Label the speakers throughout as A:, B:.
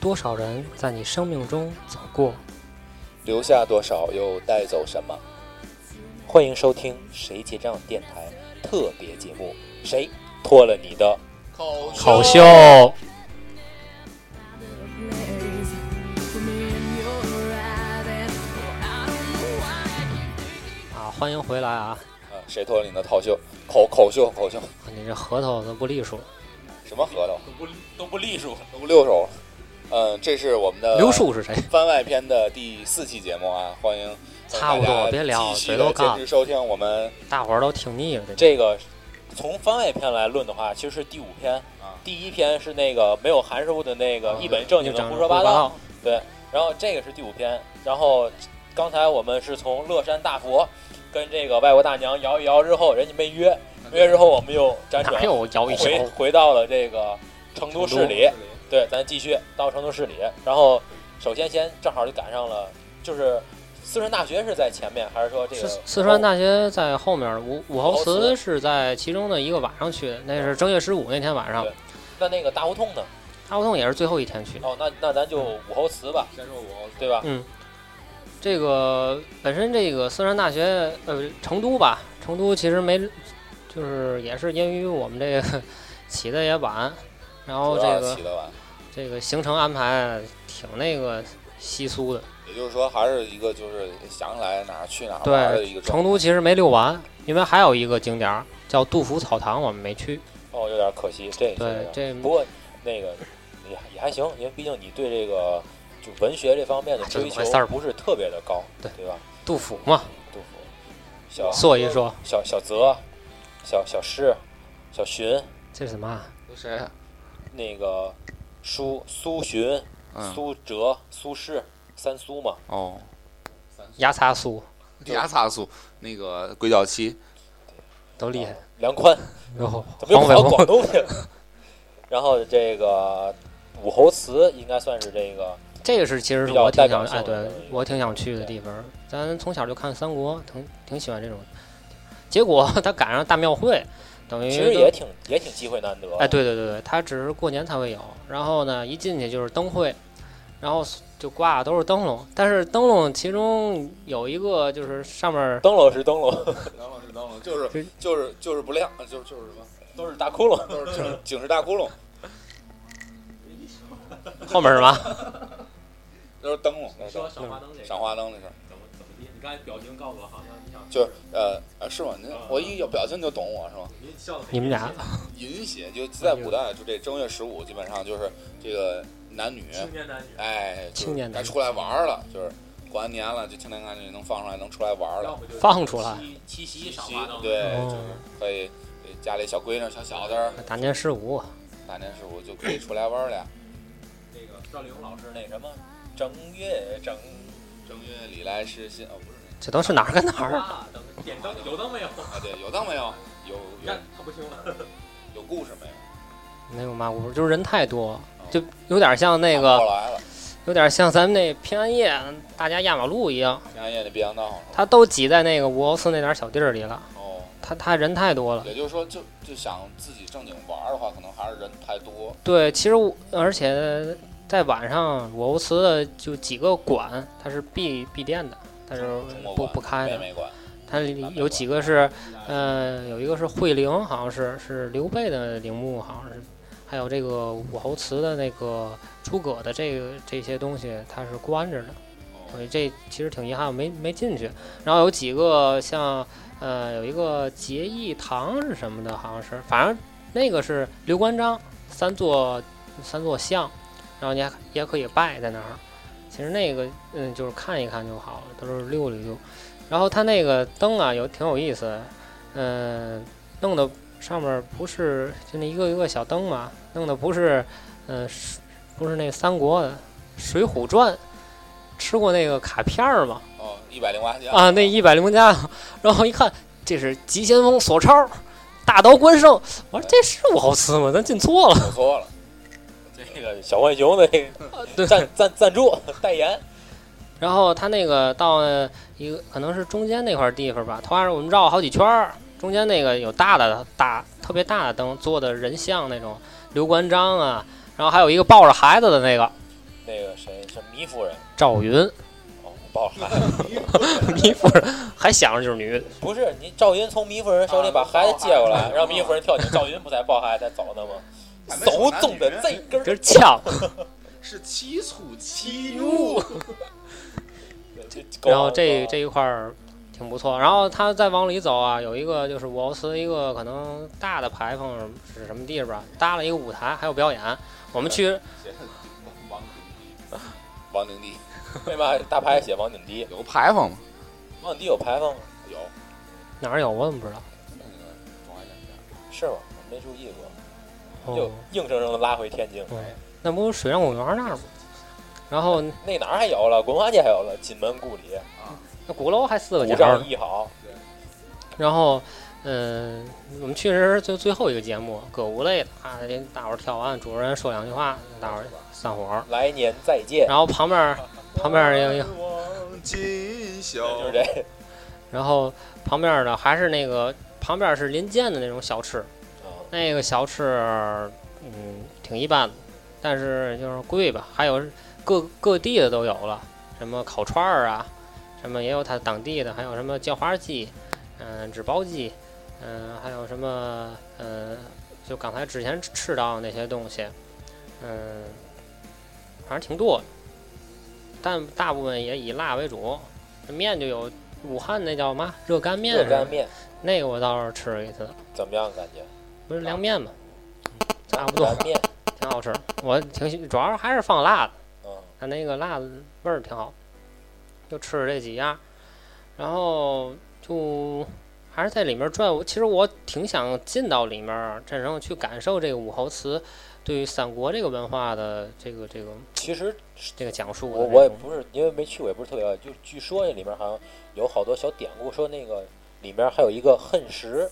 A: 多少人在你生命中走过？
B: 留下多少又带走什么？欢迎收听《谁结账》电台特别节目，谁脱了你的
C: 口
A: 口秀，啊，欢迎回来啊！
B: 呃，谁脱了你的套袖？口口袖口袖
A: 你这核桃都不利索，
B: 什么核桃？
C: 都不都不利索，
B: 都不溜手。嗯、这是我们的
A: 刘树是谁？
B: 番外篇的第四期节目啊，欢迎
A: 差不多
B: 大家
A: 别聊了
B: 继续
A: 嘴都
B: 地
A: 干
B: 坚持收听我们
A: 大伙儿都挺腻了这。
B: 这个。从番外篇来论的话，其实是第五篇
C: 啊
B: 第一篇是那个没有韩师傅的那个一本正经的胡说八道，
A: 道，
B: 然后这个是第五篇，然后刚才我们是从乐山大佛跟这个外国大娘摇一摇之后，人家没约，没约之后我们又辗
A: 哪
B: 转
A: 有摇一
B: 回
A: 摇？
B: 回到了这个成都市里。对，咱继续到成都市里，然后首先先正好就赶上了，就是四川大学是在前面，还是说这
A: 四
B: 个哦
A: 四川大学在后面，武武侯
B: 武侯祠
A: 祠是在其中的一个晚上去的，那是正月十五那天晚上
B: 对。那那个大胡同呢？
A: 大胡同也是最后一天去的。
B: 哦，那那咱就武侯祠吧，
C: 先说我
B: 对吧？
A: 嗯，这个本身这个四川大学，呃，成都吧，成都其实没，就是也是因为我们这个起的也晚，然后哦
B: 主
A: 这
B: 要
A: 个
B: 起得晚，
A: 这个行程安排挺那个稀疏的。
B: 也就是说还是一个就是想起来哪儿去哪儿玩儿的一
A: 对，
B: 个
A: 成
B: 状态。
A: 都其实没溜完，因为还有一个景点儿叫杜甫草堂，我们没去。
B: 哦，有点可惜，这
A: 对，
B: 这
A: 这
B: 啊不过那个也也还行，因为毕竟你对这个就文学这方面的
A: 哎这
B: 追
A: 怎么
B: 求
A: 回事儿
B: 不是特别的高，
A: 对
B: 对吧？
A: 杜甫嘛，
B: 杜甫、小
A: 所以说
B: 小小泽、小小诗、小荀，
A: 这是什么啊？
C: 都谁啊？
B: 那个苏苏洵、
C: 嗯
B: 苏辙、苏轼，三苏嘛。
C: 哦，
A: 压擦苏
C: 牙擦苏那个鬼脚七，
A: 都厉害，
B: 梁宽，
A: 然后
B: 怎么又
A: 黄
B: 跑
A: 飞鸿
B: 广东去了？然后这个武侯祠应该算是这个
A: 这个是其实是
B: 比较
A: 我挺
B: 代表
A: 想哎，
B: 性的
A: 对
B: 一个
A: 我挺想去的地方。咱从小就看三国，挺挺喜欢这种。结果他赶上大庙会，等于
B: 其实
A: 哎都
B: 也挺也挺机会难得。
A: 哎，，对对对对，他只是过年才会有。然后呢，一进去就是灯会，然后就挂的都是灯笼，但是灯笼其中有一个就是上面儿
B: 灯笼是灯笼，
C: 等等等等，就是就是就是不亮，就是就是什么，
B: 都是大窟窿。
C: 都是警警示大窟窿，
A: 后面是什么？
C: 都是灯笼，都是灯
D: 说
C: 笼
D: 赏花灯这个
C: 赏花灯的事儿。
D: 怎么怎么地？你刚才表情告诉我，好像你想嗯
C: 就是呃呃是吗？您我一有表情你就懂我是吗？
D: 您笑得很
A: 你们俩
C: 淫邪就在
A: 嗯
C: 古代，就这正月十五基本上就是这个男女
D: 开心青年男女，
C: 哎，就是
A: 青年
C: 该
A: 男
C: 出来玩儿了，就是过完年了，就青年男女能放出来，能出来玩儿
D: 要
C: 了。
D: 不就是
A: 放出来
D: 七七
C: 七
D: 夕赏
C: 夕
D: 花灯，
C: 对，
A: 哦
C: 就是可以给家里小闺女、小小子儿，
A: 大年十五，
C: 大年十五就可以出来玩儿了。
D: 那个赵丽蓉老师
B: 那什么，正月正
C: 正月里来是新，哦不是那
A: 这都是哪儿跟哪儿？
D: 啊，等点灯有灯没有？
C: 个啊，对，有灯没有？有有
D: 看他不听了，
C: 有故事没有？
A: 没有嘛，我就是人太多，就有点像那
C: 后
A: 个，
C: 来了，
A: 有点像咱们那平安夜大家压马路一样，
C: 平安夜那避阳道上了。
A: 他都挤在那个武侯祠那点儿小地儿里了，
C: 哦，
A: 他他人太多了。
C: 也就是说，就就想自己正经玩儿的话，可能还是人太多。
A: 对，其实我而且在晚上，武侯祠的就几个馆，它是闭闭店的，它是
C: 啊中国
A: 不
C: 馆
A: 不开
C: 妹
A: 的。
C: 妹馆，
A: 它里有几个是，呃，有一个是惠陵，好像是是刘备的陵墓，好像是，还有这个武侯祠的那个诸葛的这个这些东西，它是关着的。
C: 哦
A: 所以这其实挺遗憾，我没没进去。然后有几个像，呃，有一个结义堂是什么的，好像是，反正那个是刘关张三座三座像，然后你还也可以拜在那儿。其实那个，嗯，就是看一看就好了，都是溜了溜。然后它那个灯啊，有挺有意思，嗯、弄的上面不是就那一个一个小灯嘛，弄的不是，嗯、是不是那三国的《水浒传》，吃过那个卡片儿吗？
C: 哦，一百零八家
A: 啊，那一百零家， 然后一看这是急先锋索超，大刀关胜，我说这是武侯祠吗？咱进错了。
C: 走错了。
B: 这个小浣熊的这
A: 对
B: 个赞赞赞助代言，
A: 然后他那个到一个可能是中间那块地方吧，他让我们绕好几圈儿，中间那个有大的大特别大的灯，做的人像那种刘关张啊，然后还有一个抱着孩子的那个，
B: 是糜夫人，
A: 赵云，
B: 哦，不好喊，
A: 糜夫人还想着就是女的，
B: 不是你赵云从糜夫人手里把孩子接过来，让糜夫人跳井，赵云不才抱孩子才走呢吗？手中的这根
A: 跟
B: 儿，
A: 人呛。
E: 是七促七怒，
B: 这够
A: 然后
B: 了
A: 这
B: 够了
A: 这一块儿挺不错。然后它再往里走啊，有一个就是武侯祠一个可能大的牌坊是什么地方吧，搭了一个舞台，还有表演。我们去
E: 王
C: 王灵帝
B: 为嘛大牌写王景迪？
E: 有个牌坊嘛，
B: 王景迪有牌坊吗？
C: 有，
A: 哪儿有啊我怎么不知道？
C: 那个中华电视
B: 是吗？我没注意过，就
A: 哦，
B: 硬生生的拉回天津。
A: 嗯，那不是水上公园那儿吗？然后
B: 那哪儿还有了？文化街还有了，锦门故里、
A: 那鼓楼还四个
B: 五
A: 角
B: 丈
A: 呢。
B: 一好，
A: 然后，嗯、我们去的是最最后一个节目，歌舞类的啊，人大伙儿跳完，主持人说两句话，大伙儿散伙儿。
B: 来年再见。
A: 然后旁边儿旁边儿有一
E: 王今
B: 就
E: 宵
B: 是这，
A: 然后旁边儿的还是那个旁边儿是临建的那种小吃，
B: 嗯
A: 那个小吃嗯挺一般的，但是就是贵吧。还有各各地的都有了，什么烤串儿啊，什么也有它当地的，还有什么叫花鸡，嗯、纸包鸡，嗯、还有什么嗯、呃就刚才之前吃到的那些东西，嗯、反正挺多的，但大部分也以辣为主，面就有。武汉那叫嘛热干面
B: 热
A: 是吧
B: 干面
A: 那个我倒是吃了一次，
B: 怎么样？感觉
A: 不是凉面吗？差不多
B: 干，面，
A: 挺好吃。我挺喜，主要还是放辣的，
B: 嗯，
A: 它那个辣的味儿挺好。就吃这几样，然后就还是在里面转。其实我挺想进到里面儿，真正去感受这个武侯祠对于三国这个文化的这个这个
B: 其实
A: 这个讲述的
B: 我
A: 这
B: 我也
A: 种
B: 不是因为没去过，也不是特别了解。就据说那里面好像有好多小典故，说那个里面还有一个恨石，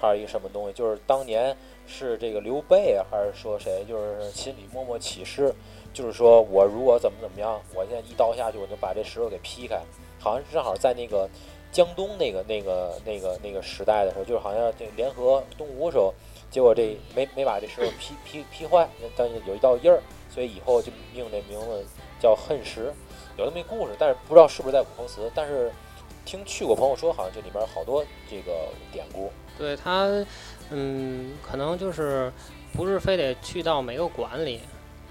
B: 还有一个什么东西，就是当年是这个刘备啊还是说谁，就是心里默默起誓，就是说我如果怎么怎么样，我现在一刀下去，我就把这石头给劈开。好像正好在那个江东那个那个那个那个时代的时候，就是好像这联合东吴的时候，结果这没没把这石头劈劈劈坏，但是有一道印儿，所以以后就命这名字叫恨石，有那么一故事，但是不知道是不是在武侯祠，但是听去过朋友说，好像这里边好多这个典故，
A: 对它，嗯，可能就是不是非得去到每个馆里，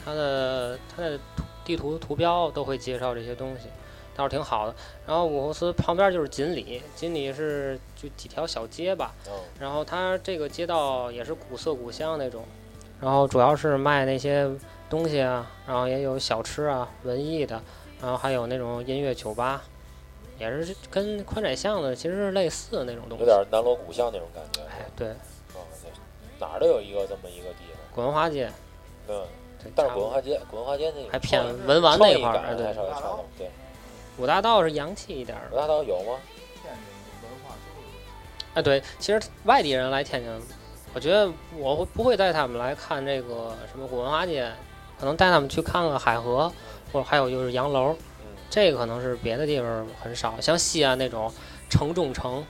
A: 它的它的图地图图标都会介绍这些东西，倒是挺好的。然后武侯祠旁边就是锦里，锦里是就几条小街吧，
B: 嗯，
A: 然后它这个街道也是古色古香那种，然后主要是卖那些东西啊，然后也有小吃啊、文艺的，然后还有那种音乐酒吧，也是跟宽窄巷子其实是类似的那种东西
B: 有。点南锣鼓巷那种感觉，
A: 哎，对，
B: 嗯，哪儿都有一个这么一个地方，
A: 滚文华街。
B: 嗯，
A: 对
B: 但是
A: 差
B: 滚
A: 不多
B: 文化街，滚文化街那个
A: 还偏
B: 创意
A: 文玩那一块儿
B: 创意感
A: 哎
B: 还
A: 对
B: 稍微差点儿，对，
A: 五大道是洋气一点儿
B: 五
A: 的。
B: 大道有吗？
E: 天津文化就是
A: 哎，对，其实外地人来天津，我觉得我会不会带他们来看这个什么古文化街，可能带他们去看看海河，或者还有就是洋楼，
B: 嗯，
A: 这个可能是别的地方很少。像西安那种城中城，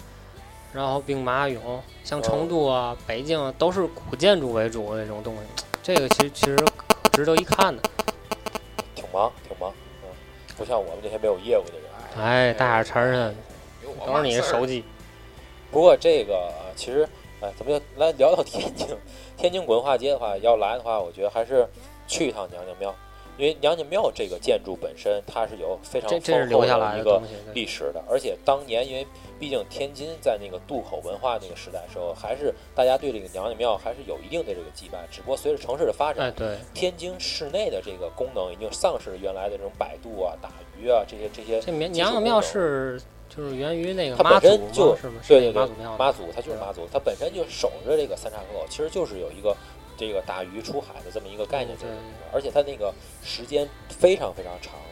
A: 然后兵马俑，像成都啊、北京啊，都是古建筑为主的那种东西，这个其实其实值得一看的。
B: 挺忙挺忙，嗯，不像我们这些没有业务的人。
A: 哎，大眼馋人，
E: 有我
A: 都是你的
E: 嘛事儿
A: 手机。
B: 不过这个啊，其实哎，咱们就来聊到天津， 天津文化街的话，要来的话，我觉得还是去一趟娘娘庙，因为娘娘庙这个建筑本身它是有非常
A: 这这
B: 丰
A: 是
B: 厚
A: 留下来
B: 一
A: 的
B: 个
A: 东西，对
B: 历史的，而且当年因为毕竟天津在那个渡口文化那个时代的时候，还是大家对这个娘娘庙还是有一定的这个羁绊，只不过随着城市的发展，
A: 哎对，
B: 天津市内的这个功能已经丧失了原来的这种摆渡啊、打鱼啊这些这些
A: 这娘娘庙是就是源于那个
B: 它
A: 妈
B: 本
A: 祖吗
B: 身就是
A: 吗？是
B: 对
A: 那
B: 对
A: 妈
B: 对
A: 祖庙的。
B: 妈祖，它就是妈祖，它本身就守着这个三岔河口，其实就是有一个这个打鱼出海的这么一个概念在里面
A: 嗯，
B: 而且它那个时间非常非常长了。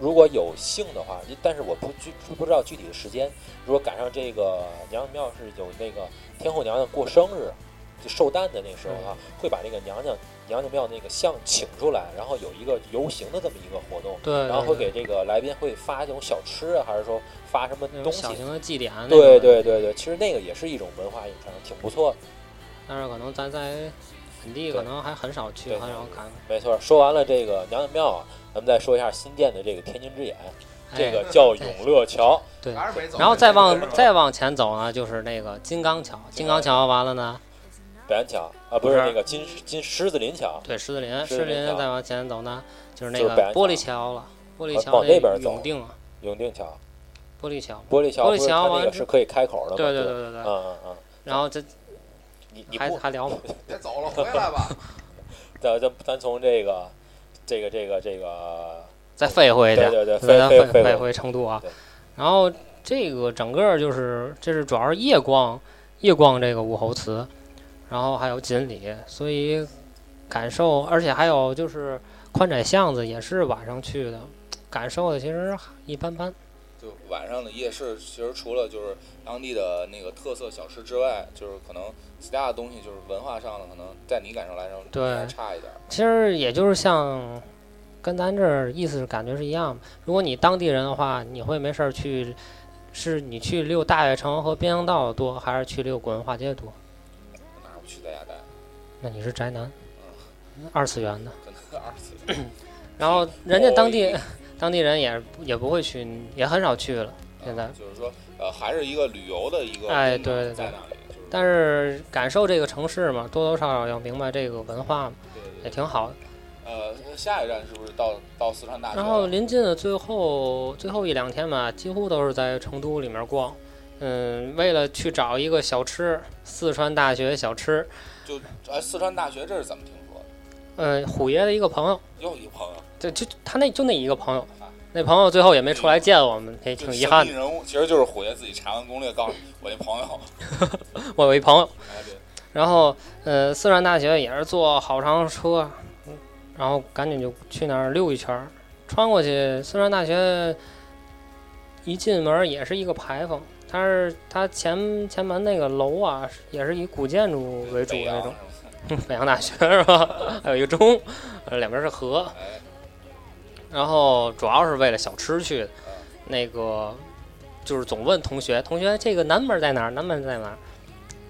B: 如果有幸的话，但是我不具不知道具体的时间。如果赶上这个娘娘庙是有那个天后娘娘过生日，就寿诞的那时候啊，
A: 嗯
B: 会把那个娘娘娘娘庙那个像请出来，然后有一个游行的这么一个活动，
A: 对，
B: 然后会
A: 对
B: 给这个来宾会发这种小吃啊，还是说发什么
A: 那
B: 东
A: 种
B: 西啊
A: 小型的祭典啊那种
B: 对
A: 的，
B: 对对对，其实那个也是一种文化遗产，挺不错的。
A: 但是可能咱在本地可能还很少去，
B: 对
A: 很少看。
B: 没错，说完了这个娘娘庙啊，咱们再说一下新建的这个天津之眼，这
A: 哎
B: 个叫永乐桥，
A: 对
E: 还是北走。
A: 然后再
E: 这边
A: 往
E: 是吧
A: 再往前走呢，就是那个金刚桥，金刚桥完了呢，
B: 北安桥啊，不
A: 不
B: 是
A: 是
B: 那个金金狮子林桥，
A: 对，狮子林，狮
B: 狮子
A: 子
B: 林
A: 林
B: 桥
A: 再往前走呢，就是那
B: 就是北
A: 个
B: 安
A: 玻璃桥了，玻璃
B: 往
A: 桥
B: 往那边走啊
A: 永定啊，
B: 永定桥，
A: 玻璃桥，
B: 玻璃桥，
A: 玻璃
B: 不是
A: 桥
B: 它那
A: 完
B: 个
A: 之
B: 是可以开口的嘛，
A: 对对
B: 吧
A: 对对
B: 嗯
A: 对，
B: 嗯嗯，
A: 然后这
B: 你你
A: 还
B: 不
A: 还聊吗？
E: 别走了，回来吧。
B: 咱咱咱从这个这个这个这个
A: 再飞回去，
B: 对对对
A: 对吧
B: 飞飞
A: 飞
B: 飞回
A: 回成都啊
B: 对。
A: 然后这个整个就是，这是主要是夜逛，夜逛这个武侯祠，然后还有锦里，所以感受，而且还有就是宽窄巷子也是晚上去的，感受的其实一般般。
C: 就晚上的夜市，其实除了就是当地的那个特色小吃之外，就是可能其他的东西，就是文化上的，可能在你感受来说
A: 对
C: 还差一点儿。
A: 其实也就是像跟咱这儿意思是感觉是一样。如果你当地人的话，你会没事儿去，是你去溜大悦城和边疆道多，还是去溜古文化街多？
C: 哪儿不去在家待？
A: 那你是宅男，二次元的。
C: 可能二次元
A: 然后 人家当地
C: 哦
A: 当地人也也不会去，也很少去了。现在
C: 啊就是说，呃，还是一个旅游的一个
A: 哎
C: 功能
A: 对对对
C: 在那里，就是
A: 但是感受这个城市嘛，多多少少要明白这个文化嘛，
C: 对对
A: 也
C: 对
A: 挺好的。
C: 呃，下一站是不是到到四川大学了？
A: 然后临近的最后最后一两天吧，几乎都是在成都里面逛。嗯，为了去找一个小吃，四川大学小吃。
C: 就哎，四川大学这是怎么听说的？
A: 嗯，虎爷的一个朋友，
C: 又一朋友，
A: 对，就他那就那一个朋友
C: 啊，
A: 那朋友最后也没出来见我们，也哎
C: 就
A: 挺遗
C: 神
A: 憾
C: 秘
A: 的。
C: 人物，其实就是虎爷自己查完攻略，告诉我那朋友，
A: 我有一朋友，
C: 哎，对，
A: 然后呃，四川大学也是坐好长车，嗯然后赶紧就去那儿溜一圈儿。穿过去，四川大学一进门儿也是一个牌坊，它是它前前门那个楼啊，是也是以古建筑为主
C: 北
A: 那
C: 洋
A: 种。
C: 是吧
A: 北洋大学是吧？ 还有一个中，呃，两边是河，
C: 哎，
A: 然后主要是为了小吃去的，那个就是总问同学，同学这个南门在哪儿？南门在哪儿？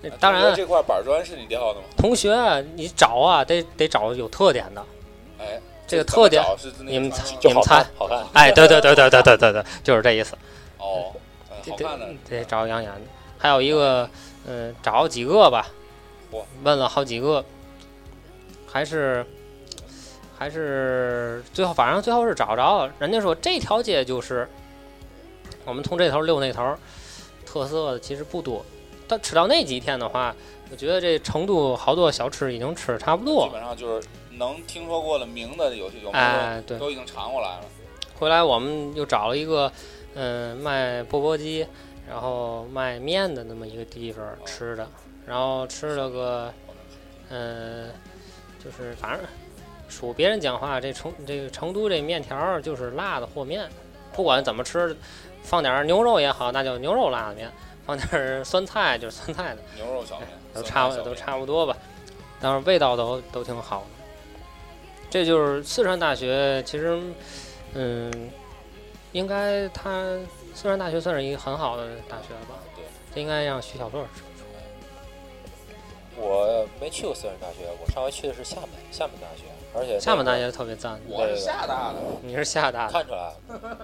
A: 那当然
C: 同学这块板砖是你掉的吗？
A: 同学啊，你找啊，得得找有特点的。
C: 哎，
A: 这个特点
C: 怎么找是那个
A: 你们
C: 穿
A: 猜
B: 就
A: 你
B: 好
A: 们
B: 看
A: 猜，
B: 好看，
A: 哎，对对对对对对对对，就是这意思。
C: 哦，哎
A: 得
C: 好看的
A: 得，得找养眼的，还有一个，嗯、找几个吧
C: 哇，
A: 问了好几个，还是还是最后，反正最后是找着了。人家说这条街就是，我们从这头溜那头，特色的其实不多。到吃到那几天的话，我觉得这成都好多小吃已经吃得差不多
C: 基
A: 了。
C: 本上就是能听说过的名字有有没
A: 哎，
C: 有
A: 对。
C: 都已经尝过来了。
A: 回来我们又找了一个，嗯、卖钵钵鸡，然后卖面的那么一个地方吃的，然后吃了个，嗯、就是反正数别人讲话，这成这个成都这面条儿就是辣的和面，不管怎么吃，放点儿牛肉也好，那叫牛肉辣的面；放点儿酸菜就是酸菜的，
C: 牛肉小面
A: 都差不
C: 酸
A: 哎
C: 菜小面
A: 都差不多吧，但是味道都都挺好的。这就是四川大学，其实，嗯，应该它四川大学算是一个很好的大学了吧？
C: 对，
A: 这应该让徐小乐说。
B: 我没去过四川大学，我上回去的是厦门厦门大学，而且
A: 厦门大
B: 学
A: 学特别赞，
E: 我是厦大的，
A: 你是厦大的，
B: 看出来了，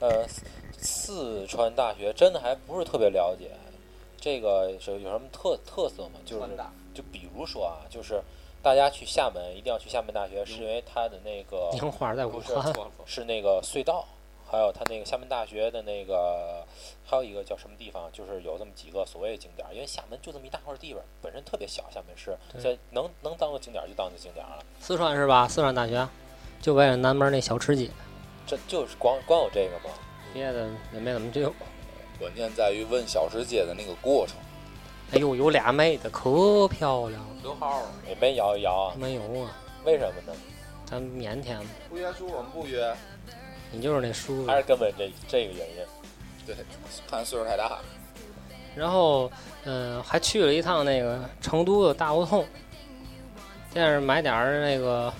B: 呃，四四川大学真的还不是特别了解，这个是有什么特特色吗？就是
E: 川大。
B: 就比如说啊，就是大家去厦门一定要去厦门大学，是因为它的那个
A: 樱花在武
B: 不是
A: 汉，
B: 是那个隧道，还有它那个厦门大学的那个，还有一个叫什么地方，就是有这么几个所谓的景点儿，因为厦门就这么一大块地方，本身特别小，厦门市，
A: 对
B: 所以能能当个景点儿就当个景点儿了，
A: 四川是吧？四川大学，就为了南门那小吃街，
B: 这就是光光有这个吗？
A: 别的也没怎么就，
C: 关键在于问小吃界的那个过程。
A: 哎呦，有俩妹子可漂亮了，
E: 刘浩，
B: 也没摇一摇啊，
A: 没有啊，
B: 为什么呢？
A: 咱腼腆嘛，
E: 不约书我们
C: 不约，
A: 你就是那叔叔
B: 还。是根本这这个原因。
C: 对，看岁数太大。
A: 然后，嗯、还去了一趟那个成都的大胡同，在那儿买点儿那个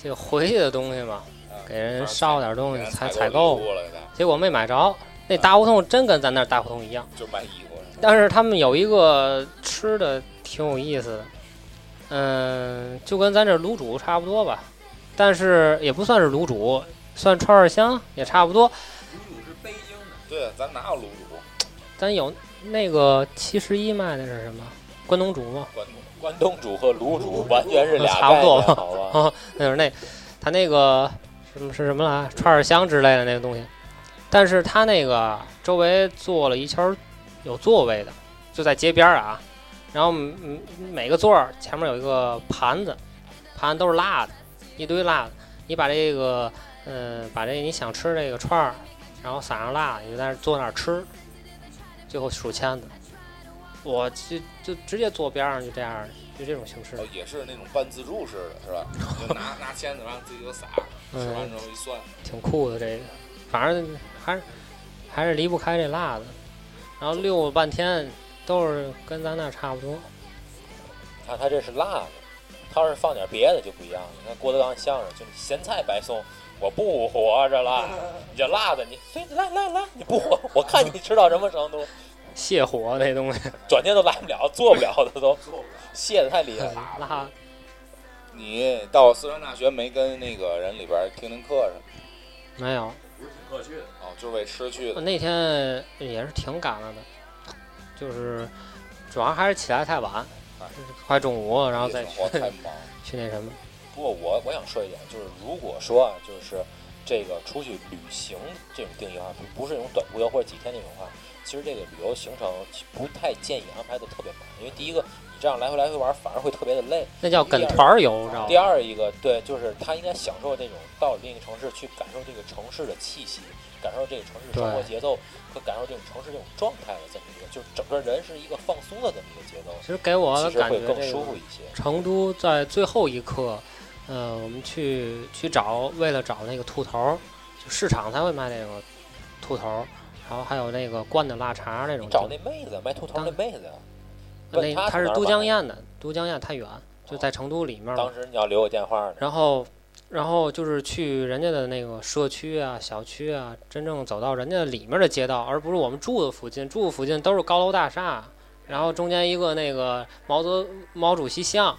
A: 这个回去的东西嘛，
C: 啊
A: 给人烧点儿东西才采购，
C: 过了，咱
A: 结果没买着。那大胡同真跟咱那儿大胡同一样，
C: 就卖衣服了。
A: 但是他们有一个吃的挺有意思的，嗯、就跟咱这卤煮差不多吧，但是也不算是卤煮，算串串香也差不多。
D: 卤煮是北京的，
C: 对，啊咱哪有卤煮？
A: 咱有那个七十一卖的是什么？关东煮吗？
C: 关东
B: 关东煮和卤煮完全是俩
A: 差不
B: 概
A: 多
B: 念，
A: 吧
B: 好吧？
A: 啊，那就是那，他那个什么是什么来，串串香之类的那个东西，但是他那个周围做了一圈儿有座位的，就在街边儿啊，然后嗯每个座儿前面有一个盘子，盘子都是辣的，一堆辣的，你把这个呃把这你想吃这个串儿，然后撒上辣，你就在那儿坐那儿吃，最后数签子，我就就直接坐边上就这样儿，就这种形式
C: 哦，也是那种半自助式的，是吧？就拿拿签子，然后自己就撒，吃
A: 嗯
C: 完之后一算，
A: 挺酷的这个，反正还是还是离不开这辣的，然后溜了半天都是跟咱那儿差不多。
B: 看他这是辣的，他要是放点别的就不一样了。你看郭德纲相声，就咸菜白送，我不活着了，你这辣的，你对来来来，你不活，我看你吃到什么程度，
A: 泻火那东西，
B: 转天都来不了，做不了的都，卸的太厉害了。
A: 辣
C: 你到四川大学没跟那个人里边儿听听课是吧？
A: 没有。
D: 不是挺客气的。
C: 哦，就是为吃去的。
A: 那天也是挺赶了的，就是主要还是起来太晚
C: 哎，
A: 快中午，然后
C: 夜
A: 再
C: 生
A: 去
C: 活太忙。
A: 去那什么。
B: 不过我我想说一点，就是如果说啊，就是这个出去旅行这种定义啊，不不是那种短途游或者几天那种话，其实这个旅游行程不太建议安排的特别满，因为第一个你这样来回来回玩，反而会特别的累。
A: 那叫跟团儿游，知道
B: 第
A: 吗？
B: 二一个，对，就是他应该享受这种到另一个城市去感受这个城市的气息，感受这个城市生活
A: 对
B: 节奏和感受这种城市这种状态的这么一个，就是整个人是一个放松的这么一个节奏，
A: 其实给我的
B: 其实
A: 感
B: 会
A: 觉，
B: 更
A: 这
B: 舒
A: 个
B: 服一些。
A: 成都在最后一刻，呃，我们去去找，为了找那个兔头儿，就市场才会卖那个兔头儿，然后还有那个灌的腊肠儿那
B: 你
A: 种。
B: 找那妹子卖兔头那妹子，
A: 就那
B: 问他
A: 他
B: 从
A: 是
B: 哪儿
A: 都
B: 买
A: 江
B: 的
A: 堰的，都江堰太远，就在成都里面
B: 当
A: 了。
B: 时你要留我 电话呢。
A: 然后，然后就是去人家的那个社区啊、小区啊，真正走到人家里面的街道，而不是我们住的附近。住的附近都是高楼大厦，然后中间一个那个毛泽毛主席像，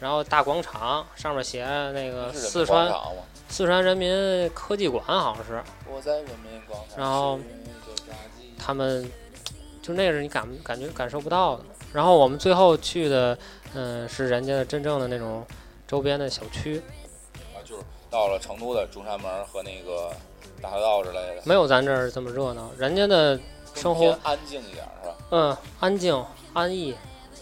A: 然后大广场上面写那个
C: 是人民
A: 呃四川
C: 广场吗？
A: 四川人民科技馆好像是，
C: 我在人民广场。
A: 然后他们就那是你感感觉感受不到的。然后我们最后去的，嗯、是人家真正的那种周边的小区，
C: 啊，就是到了成都的中山门和那个大河道之类的，
A: 没有咱这儿这么热闹。人家的生活
C: 更偏安静一点是吧？
A: 嗯、安静安逸，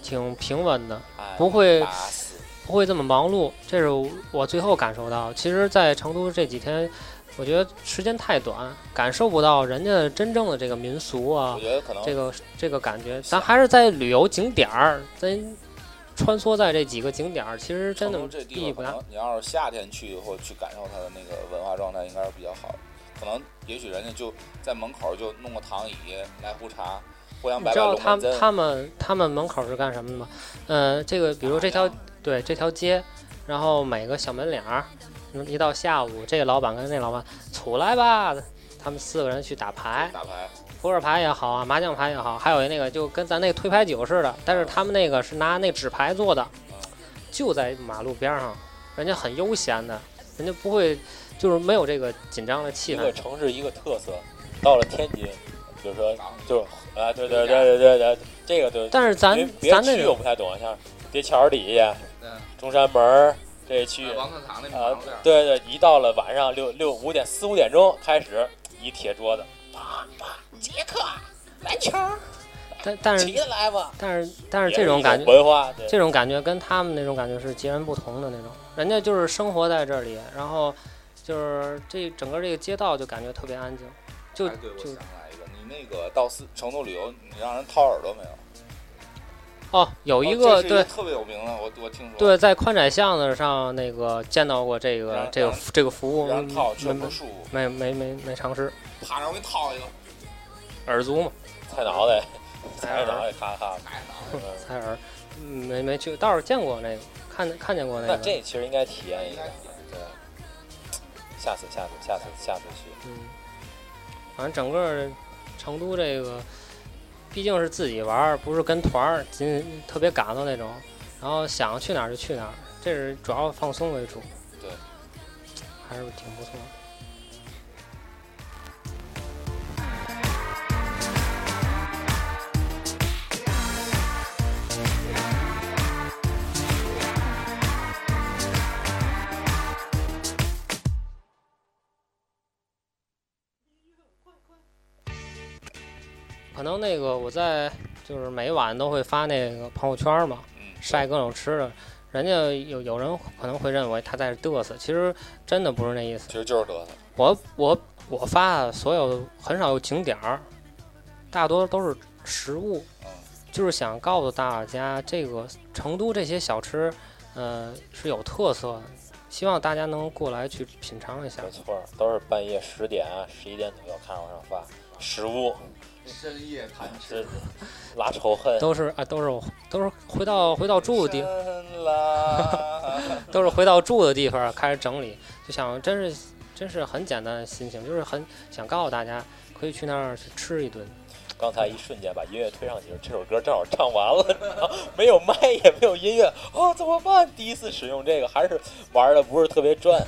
A: 挺平稳的，
C: 哎
A: 不会
C: 打死
A: 不会这么忙碌。这是我最后感受到。其实，在成都这几天，我觉得时间太短，感受不到人家真正的这个民俗啊
C: 我，觉得可能
A: 这个这个感
C: 啊
A: 觉，咱还是在旅游景点儿，咱穿梭在这几个景点儿，其实真
C: 成
A: 的
C: 都这
A: 意
C: 地
A: 义
C: 方，可
A: 不大
C: 能。你要是夏天去或去感受它的那个文化状态，应该是比较好的。可能也许人家就在门口就弄个躺椅来壶茶，藿香
A: 你
C: 白
A: 知
C: 白
A: 道
C: 龙
A: 他们
C: 门阵。
A: 他们他们门口是干什么的吗？呃，这个比如这条对这条街，然后每个小门脸儿，嗯一到下午，这个老板跟那老板出来吧，他们四个人去打牌，
C: 打牌，
A: 扑克牌也好啊，麻将牌也好，还有那个就跟咱那个推牌九似的，但是他们那个是拿那纸牌做的，就在马路边上，人家很悠闲的，人家不会就是没有这个紧张的
B: 一
A: 气氛。
B: 个城市一个特色。到了天津，比如说
C: 哎
B: 就是啊，对
C: 对
B: 对对对对对，这个对。
A: 但是咱
B: 别别
A: 咱那
B: 区我
A: 种
B: 不太懂，啊像别桥底下、
E: 嗯，
B: 中山门儿这区，
E: 王课堂那
B: 啊
C: 呃
E: 旁边，，
B: 对对，一到了晚上六六五点四五点钟开始，一铁桌子，啪啪，杰克，篮球，
A: 但但是
B: 起来吧。
A: 但是但
B: 也
A: 是
B: 是
A: 这种感觉
B: 一，文化，对
A: 这种感觉跟他们那种感觉是截然不同的那种。人家就是生活在这里，然后就是这整个这个街道就感觉特别安静，就
C: 哎，对，我
A: 就
C: 想起来一个，你那个到四成都旅游，你让人掏耳朵没有？
A: 哦，有
C: 哦
A: 一
C: 这
A: 个
C: 是一
A: 对
C: 特别有名的，我我听说，
A: 对，嗯在宽窄巷子上那个见到过这
C: 然
A: 个
C: 后
A: 这个
C: 然后
A: 这个服务，嗯
C: 让人掏
A: 没
C: 全
A: 没
C: 不舒服，
A: 没没没没尝试
C: 啪，让我给你掏一个，
A: 耳足嘛，
B: 菜 脑袋，
A: 菜
B: 菜
A: 脑
B: 脑袋，咔咔。
C: 哎，
B: 嗯
A: 采耳，嗯没没去，倒是见过那个，看看见过那
B: 那
A: 个，
B: 这其实应该体验一
C: 应
B: 下
C: 该，体验
B: 对，下次下次下次下次去。
A: 嗯，反正整个成都这个，毕竟是自己玩儿，不是跟团儿，紧特别赶的那种。然后想去哪儿就去哪儿，这是主要放松为主。还是挺不错的。可能那个我在就是每晚都会发那个朋友圈嘛，
C: 嗯，
A: 晒各种吃的，人家有有人可能会认为他在嘚瑟，其实真的不是那意思
C: 其。实就是得瑟。
A: 我我我发的所有很少有景点儿，大多都是食物，
C: 嗯
A: 就是想告诉大家，这个成都这些小吃，呃，是有特色的，希望大家能过来去品尝一下
B: 没。错儿，都是半夜十点、啊十一点左右看往上发食物，
E: 深夜谈吃，
B: 这拉仇恨。
A: 都是啊，都是我都是回到回到住的地，
C: 山啦
A: 都是回到住的地方开始整理，就想真是真是很简单的心情，就是很想告诉大家，可以去那儿去吃一顿。
B: 刚才一瞬间把音乐推上去，这首歌正好唱完了， 然后没有麦也没有音乐，啊，怎么办？第一次使用这个，还是玩的不是特别转。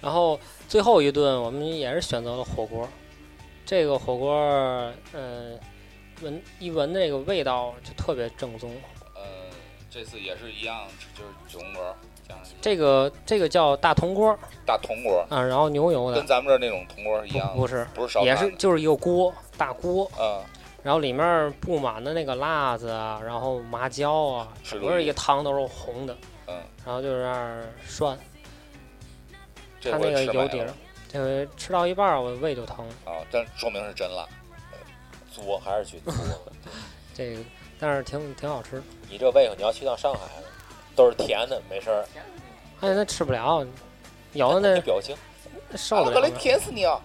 A: 然后最后一顿我们也是选择了火锅，这个火锅，嗯、闻一闻这个味道就特别正宗。
C: 呃，这次也是一样，就是九宫格这样
A: 这个这个叫大铜锅
C: 大铜锅，
A: 啊，然后牛油的
C: 跟，咱们这儿那种铜锅是一
A: 不
C: 样的，
A: 不是，
C: 不是烧
A: 也
C: 饭
A: 是
C: 的
A: 就是一个锅大锅，
C: 嗯，
A: 然后里面布满的那个辣子啊，然后麻椒啊，
C: 是
A: 整个
C: 的
A: 一个汤都是红的，
C: 嗯，
A: 然后就在那儿涮，
C: 这
A: 它那
C: 回
A: 个
C: 吃
A: 油
C: 满
A: 底儿
C: 了，
A: 这回吃到一半儿我胃就疼了。
C: 啊，但说明是真辣。
B: 作还是去 作，
A: 这个但是挺挺好吃，
B: 你这胃口你要去趟上海了，都是甜的，没事儿。
A: 而且那吃不了，有的
B: 你
A: 那
B: 表情。
A: 受得
C: 我
A: 了
C: 来
A: 吗。
C: 舔死你啊！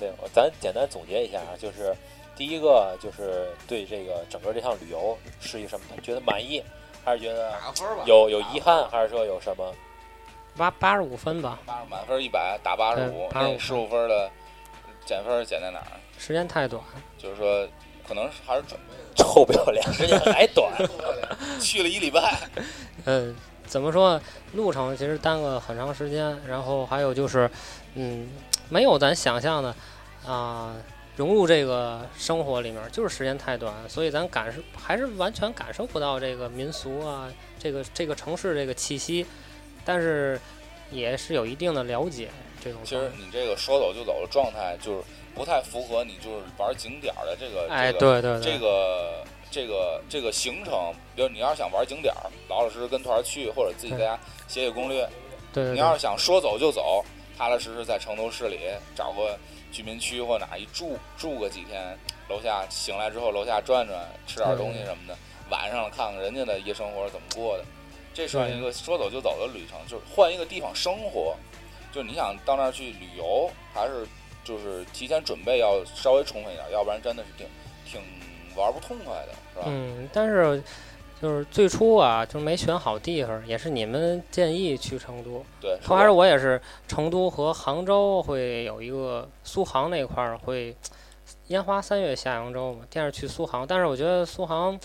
B: 对，我咱简单总结一下啊，就是第一个就是对这个整个这趟旅游是一什么觉得满意，还是觉得
E: 打个分儿吧。
B: 有有遗憾，还是说有什么？
A: 八八十五分吧，
C: 八十满分一百打八十
A: 对，
C: 五
A: 85
C: 那十五分的减分减在哪儿？
A: 时间太短。
C: 就是说，可能是还是准备
B: 臭不要脸，时间还短。
C: 去了一 礼拜，
A: 呃，怎么说？路程其实耽搁很长时间，然后还有就是，嗯，没有咱想象的啊、融入这个生活里面，就是时间太短，所以咱感受还是完全感受不到这个民俗啊，这个这个城市这个气息，但是也是有一定的了解。这种
C: 其实你这个说走就走的状态，就是不太符合你就是玩景点儿的这个
A: 哎，
C: 这个
A: 对对对，
C: 这个这个这个行程。比如你要是想玩景点儿，老老实实跟团儿去，或者自己在家写写攻略。
A: 对对对
C: 你要是想说走就走，踏踏实实在成都市里找个居民区或哪一住住个几天，楼下醒来之后楼下转转，吃点东西什么的，晚上了看看人家的夜生活是怎么过的，这算一个说走就走的旅程，就是换一个地方生活，就是你想到那儿去旅游，还是就是提前准备要稍微充分一点，要不然真的是挺挺玩不痛快的，是吧？
A: 嗯，但是就是最初啊，就没选好地方，也是你们建议去成都。
C: 对，
B: 啊
A: 后来是我也是成都和杭州会有一个苏杭那块儿会烟花三月下扬州嘛，电视去苏杭，但是我觉得苏杭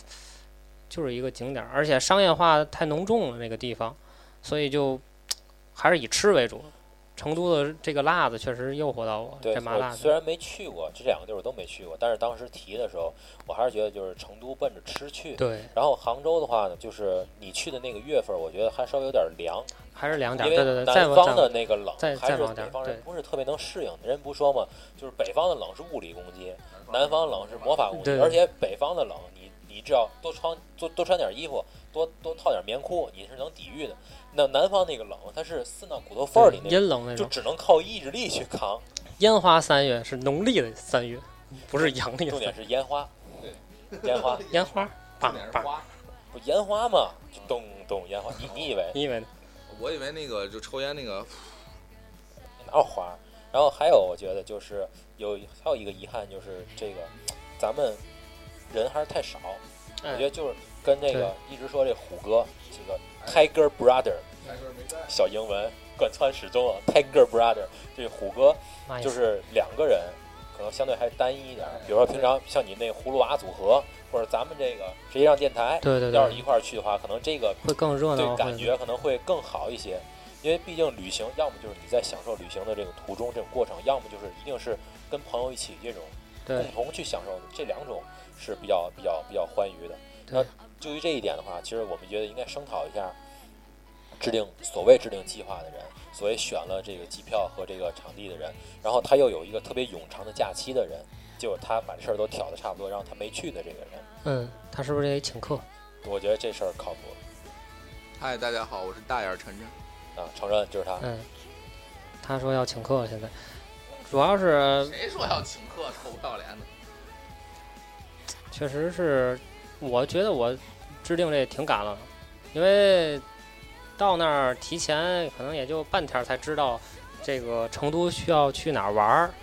A: 就是一个景点儿，而且商业化太浓重了那个地方，所以就还是以吃为主。成都的这个辣子确实诱惑到我，
B: 对，
A: 这麻辣
B: 我
A: 子。
B: 虽然没去过这两个地儿，我都没去过，但是当时提的时候，我还是觉得就是成都奔着吃去。
A: 对，
B: 然后杭州的话呢，就是你去的那个月份，我觉得还稍微有点凉，
A: 还是两点
B: 因
A: 儿，
B: 为
A: 对对对，再
B: 南
A: 往
B: 方
A: 上
B: 的那个冷
A: 再
B: 还
A: 再
B: 是
A: 往点
B: 北
A: 儿
B: 方人
A: 对
B: 不是特别能适应。人不说嘛，就是北方的冷是物理攻击，南方冷是魔法攻击，
A: 对
B: 而且北方的冷，你你只要多穿多多穿点衣服，多多套点棉裤，你是能抵御的。那南方那个冷，它是渗到骨头缝儿里
A: 对
B: 那种，
A: 阴冷那
B: 就
A: 种。
B: 只能靠意志力去扛。
A: 烟花三月是农历的三月，不是阳历的三
B: 重
A: 月
B: 点。是烟花，
E: 对，
B: 烟花
A: 烟花，
E: 重
A: 棒
E: 点是
A: 棒，
E: 花，
B: 不烟花嘛，就咚咚烟花。你你以为
A: 你以为呢？
C: 我以为那个就抽烟那个
B: 哪有花儿？然后还有，我觉得就是有还有一个遗憾，就是这个咱们人还是太少。我觉
A: 哎，
B: 得就是跟那个一直说这虎哥这个
E: 哎
B: Tiger Brother
E: 开根没带，
B: 小英文贯穿始终啊，Tiger Brother 这虎哥
A: 妈呀
B: 就是两个人，可能相对还单一一点儿。比如说平常像你那葫芦娃组合，或者咱们这个直接让电台，
A: 对对
B: 要是一
A: 对，
B: 块儿去的话，可能这个
A: 会更热
B: 对
A: 闹，
B: 感
A: 会
B: 觉可能会更好一些。因为毕竟旅行，要么就是你在享受旅行的这个途中这种过程，要么就是一定是跟朋友一起这种
A: 对
B: 共同去享受，这两种是比较比较比较欢愉的。那
A: 对
B: 就于这一点的话，其实我们觉得应该声讨一下制定所谓制定计划的人，所谓选了这个机票和这个场地的人，然后他又有一个特别冗长的假期的人，结果他把这事儿都挑的差不多，然后他没去的这个人，
A: 嗯，他是不是得请客？
B: 我觉得这事儿靠谱
E: 嗨，大家好，我是大眼晨晨。
B: 啊，承认就是他。
A: 嗯，他说要请客，现在主要是
E: 谁说要请客臭不要脸的？
A: 确实是，我觉得我制定这挺赶了，因为到那儿提前可能也就半天儿才知道这个成都需要去哪儿玩儿，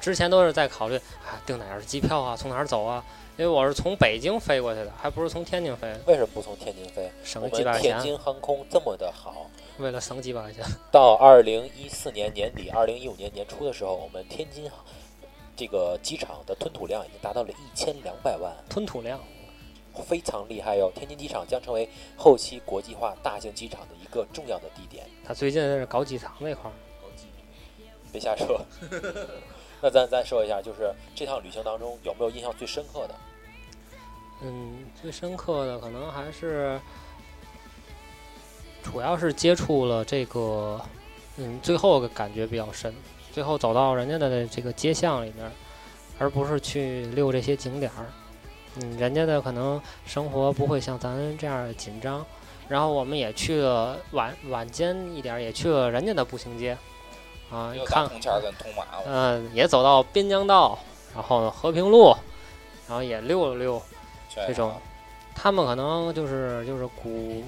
A: 之前都是在考虑啊订哪儿的机票啊，从哪儿走啊，因为我是从北京飞过去的，还不是从天津飞，
B: 为什么不从天津飞？我
A: 省几百
B: 们
A: 块
B: 天
A: 钱，
B: 津航空这么的好，
A: 为了省几百块钱，
B: 到二零一四年年底、二零一五年年初的时候，我们天津这个机场的吞吐量已经达到了一千两百万，
A: 吞吐量。
B: 非常厉害哟、天津机场将成为后期国际化大型机场的一个重要的地点。
A: 他最近是搞机场那块儿，
B: 别瞎说。那咱咱说一下，就是这趟旅行当中有没有印象最深刻的？
A: 嗯，最深刻的可能还是，主要是接触了这个，嗯，最后的感觉比较深，最后走到人家的这个街巷里面儿，而不是去溜这些景点儿。嗯，人家的可能生活不会像咱这样紧张，然后我们也去了晚晚间一点，也去了人家的步行街，啊，
C: 又打
A: 看
C: 铜钱儿跟铜马，我
A: 嗯，也走到滨江道，然后和平路，然后也溜了溜。
C: 劝
A: 这种他们可能就是就是古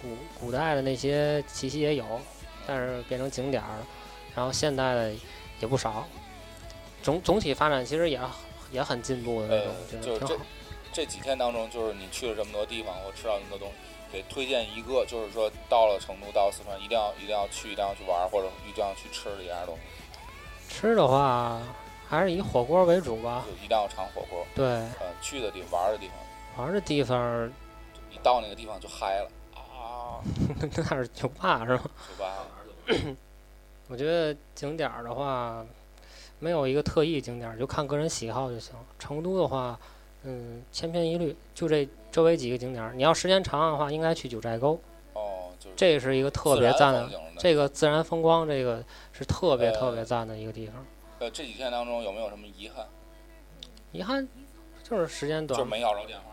A: 古古代的那些气息也有，但是变成景点儿了，然后现代的也不少。总总体发展其实也也很进步的那种，觉
C: 呃
A: 得
C: 就
A: 挺
C: 是
A: 好。
C: 这几天当中，就是你去了这么多地方，我吃到这么多东西，给推荐一个，就是说到了成都，到了四川，一定要一定要去，一定要去玩儿，或者一定要去吃的一样东西，
A: 吃的话还是以火锅为主吧。
C: 就一定要尝火锅。
A: 对，
C: 呃，去的地玩儿的地方，
A: 玩儿的地方儿
C: 一到那个地方就嗨了啊，
A: 那是酒吧是吧？
C: 酒吧
A: 我觉得景点儿的话，没有一个特意景点儿，就看个人喜好就行。成都的话，嗯，千篇一律，就这周围几个景点儿。你要时间长的话，应该去九寨沟，
C: 哦，就是
A: 这是一个特别
C: 自
A: 赞
C: 然
A: 的
C: 风，景的
A: 这个自然风光，这个是特别
C: 呃
A: 特别赞的一个地方。
C: 呃，这几天当中有没有什么遗憾？
A: 遗憾就是时间
C: 就是
A: 短。
C: 没要着电话。啊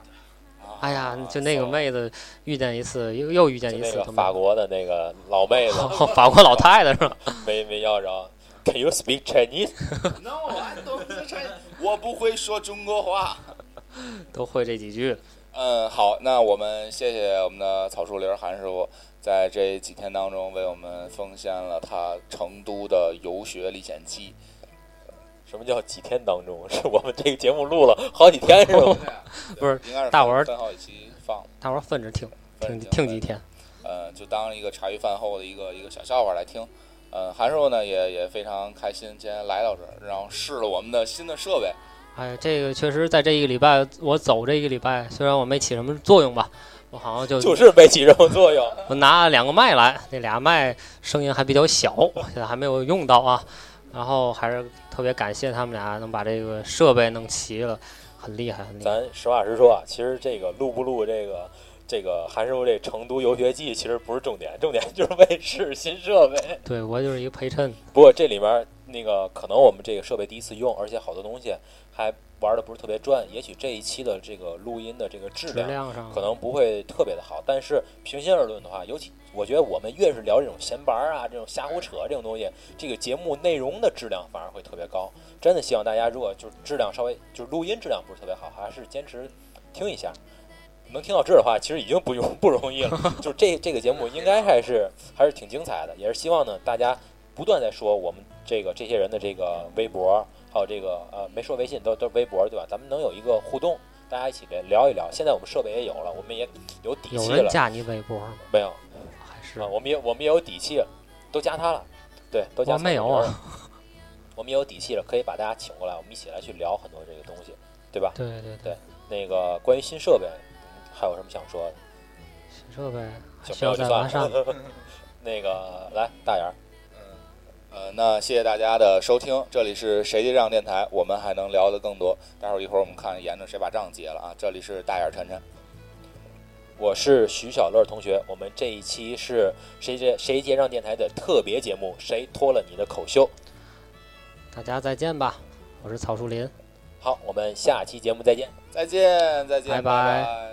A: 哎呀，就那个
C: 骚
A: 妹子遇见一次，又又遇见
B: 就
A: 哎一
B: 那
A: 次
B: 个
A: 都没
B: 法国的那个老妹子
A: 法国老太太是吧？
B: 没没要着。Can you speak Chinese？
E: No，I don't Chinese。
C: 我不会说中国话。
A: 都会这几句。
C: 嗯，好，那我们谢谢我们的草树林儿韩师傅，在这几天当中为我们奉献了他成都的游学历险记。
B: 什么叫几天当中？ 是我们这个节目录了好几天是吗？
A: 不是
C: 应该是
A: 大伙儿
C: 分好几期放，
A: 大伙儿分着听，听
C: 分着
A: 听几天。
C: 呃，就当一个茶余饭后的一个一个小笑话来听。呃，韩师傅呢也也非常开心，今天来到这儿，然后试了我们的新的设备，
A: 哎，这个确实在这一个礼拜，我走这一个礼拜，虽然我没起什么作用吧，我好像就
B: 就是没起什么作用。
A: 我拿了两个麦来，那俩麦声音还比较小，现在还没有用到啊。然后还是特别感谢他们俩能把这个设备弄齐了，很厉害，很厉害。
B: 咱实话实说啊，其实这个录不录这个这个韩师傅这成都游学记其实不是重点，重点就是 为试新设备。
A: 对我就是一个陪衬，
B: 不过这里面那个可能我们这个设备第一次用，而且好多东西还玩的不是特别转，也许这一期的这个录音的这个质
A: 质
B: 量
A: 量上
B: 可能不会特别的好，但是平心而论的话，尤其我觉得我们越是聊这种闲玩儿啊、这种瞎胡扯这种东西，这个节目内容的质量反而会特别高。真的希望大家如果就是质量稍微就是录音质量不是特别好，还是坚持听一下。能听到这儿的话，其实已经不容不容易了。就是这这个节目应该还是还是挺精彩的，也是希望呢大家不断在说我们这个这些人的这个微博，还有这个呃没说微信都都是微博对吧？咱们能有一个互动，大家一起来聊一聊。现在我们设备也有了，我们也有底
A: 有
B: 气
A: 人
B: 了，
A: 加你微博吗？
B: 没有？
A: 还是
B: 啊，我们也我们也有底气了，都加他了，对，都加
A: 我没有啊
B: 草莓了。我们也有底气了，可以把大家请过来，我们一起来去聊很多这个东西，对吧？
A: 对对
B: 对那个关于新设备，还有什么想说的？
A: 新设备还
B: 小
A: 需
B: 朋友
A: 要
B: 就
A: 再
B: 算
A: 完善。
B: 了。 那个来大眼儿，
C: 嗯，呃，那谢谢大家的收听，这里是谁记账电台，我们还能聊得更多。待会儿一会儿我们看沿着谁把账结了啊。这里是大眼晨晨，
B: 我是徐小乐同学，我们这一期是谁结谁结账电台的特别节目，谁脱了你的口袖？
A: 大家再见吧，我是曹树林。
B: 好，我们下期节目再见。
C: 再见，再见，
A: 拜拜
C: 拜